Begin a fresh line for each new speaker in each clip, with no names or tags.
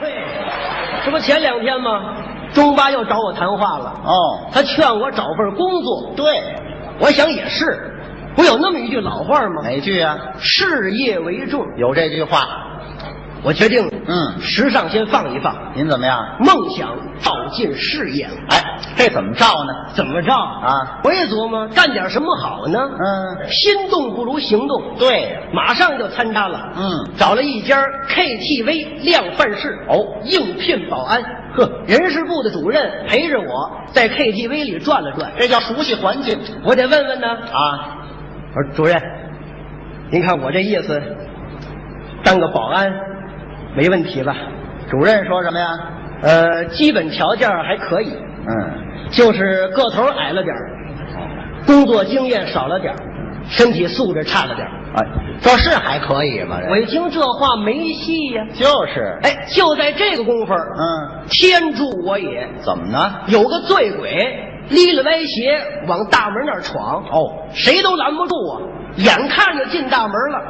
嘿，这不前两天吗？中巴又找我谈话了，
哦，
他劝我找份工作。
对，
我想也是，不有那么一句老话吗？
哪句啊？
事业为重。
有这句话。
我决定了，
嗯
时尚先放一放，
您怎么样？
梦想照进事业了。
哎，这怎么照呢？
怎么着
啊？
我也琢磨干点什么好呢？
嗯，
心动不如行动，
对，
马上就参加了。
嗯
找了一家 KTV 量贩式
哦，
应聘保安，呵，人事部的主任陪着我在 KTV 里转了转。
这叫熟悉环境
我得问问呢，
啊。
我说主任，您看我这意思，当个保安没问题吧？
主任说什么呀？
呃，基本条件还可以，
嗯，
就是个头矮了点儿，工作经验少了点儿，身体素质差了点儿。
哎，这是还可以吧？这
我一听这话没戏呀、
就是，
哎，就在这个功夫，
嗯，
天助我也，
怎么呢？
有个醉鬼哩了歪斜往大门那儿闯，
哦，
谁都拦不住啊！眼看着进大门了，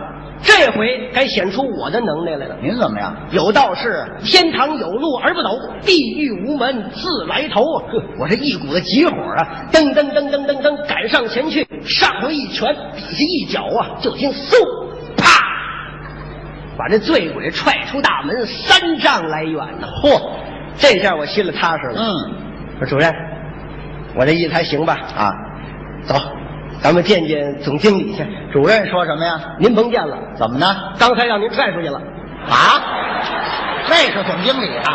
这回该显出我的能耐来了。
您怎么样？
有道是天堂有路而不走，地狱无门自来投啊！呵我这一股子急火啊，噔噔噔噔噔噔，赶上前去，上头一拳，底下一脚啊，就听嗖，啪，把这醉鬼踹出大门三丈来远呐、嚯，这下我心里踏实了。
嗯，
我说主任，我这意思还行吧？
啊，
走，咱们见见总经理去。
主任说什么呀？
您甭见了，
怎么呢？
刚才让您踹出去了，
啊，那是总经理啊，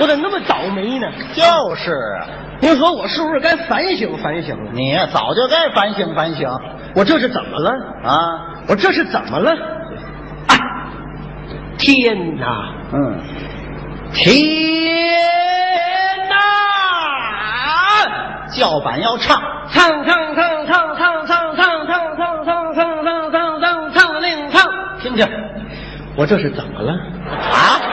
我怎么那么倒霉呢？
就是啊，
您说我是不是该反省反省了？
你早就该反省反省
我这是怎么了？
啊。
我这是怎么了？啊！天哪！
嗯，
天哪！
叫板要唱，
唱唱唱唱唱唱唱唱唱唱唱唱唱唱唱令唱！
听听
我这是怎么了？
啊，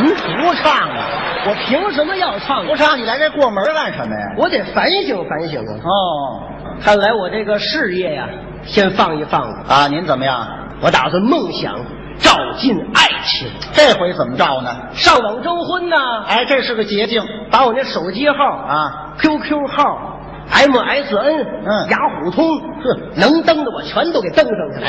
您不唱啊？
我凭什么要唱？
不唱你来这过门干什么呀？
我得反省反省啊！
哦，
看来我这个事业呀、先放一放了。
啊，您怎么样？
我打算梦想照进爱情，
这回怎么着呢？
上网征婚呐、
哎，这是个捷径
把我那手机号啊、
啊。
QQ 号、MSN、
嗯
雅虎通，哼，能登的我全都给登上去了，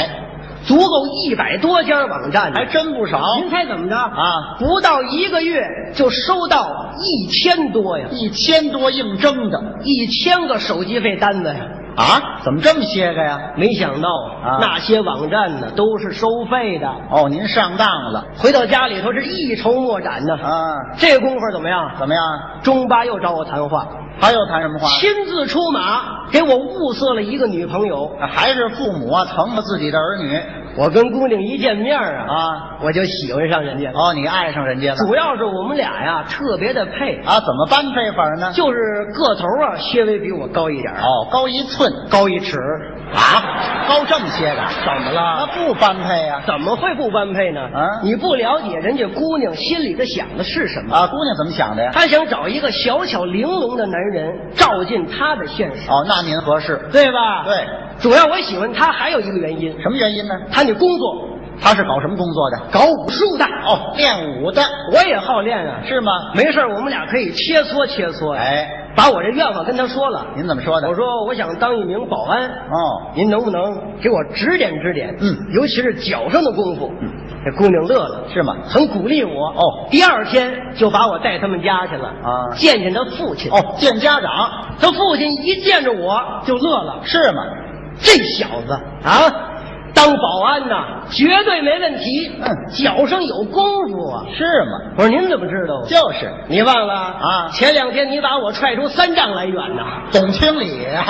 足够一百多家网站呢
还真不少。
您猜怎么着
啊？
不到一个月就收到一千多呀，
一千多应征的
一千个手机费单子呀！
啊？怎么这么些个呀？
没想到
啊
那些网站呢都是收费的，
哦，您上当了
回到家里头是一筹莫展呢。
啊？
这功夫怎么样？
怎么样？
中巴又找我谈话，
还有谈什么话？
亲自出马给我物色了一个女朋友。
啊还是父母啊疼了自己的儿女
我跟姑娘一见面啊，
啊？
我就喜欢上人家了。
哦，你爱上人家了
主要是我们俩呀特别的配，
啊？怎么般配法呢？
就是个头啊稍微比我高一点儿，
哦，高一寸
高一尺。
啊，高这么些个，
怎么
那
了？
不般配呀？
怎么会不般配呢？
啊
你不了解人家姑娘心里头想的是什么？
啊，姑娘怎么想的呀？
她想找一个小巧玲珑的男人，照进她的现实，
哦，那您合适。
对吧？
对。
主要我喜欢她还有一个原因，
什么原因呢？
她那工作
他是搞什么工作的？
搞武术的。
哦，练武的，
我也好练啊。
是吗？
没事儿，我们俩可以切磋切磋呀。
哎，
把我这愿望跟他说了。
您怎么说的
我？说我想当一名保安，
哦，
您能不能给我指点指点？
嗯，
尤其是脚上的功夫。这姑娘乐了，
是吗？
很鼓励我。
哦，
第二天就把我带他们家去了
啊
见见他父亲。，
哦，见家长
他父亲一见着我就乐了，
是吗？
这小子啊。当保安呐，绝对没问题。
嗯
脚上有功夫啊！
是吗？
我说您怎么知道啊？
就是
你忘了
啊
前两天你把我踹出三丈来远呐！
懂听理、啊，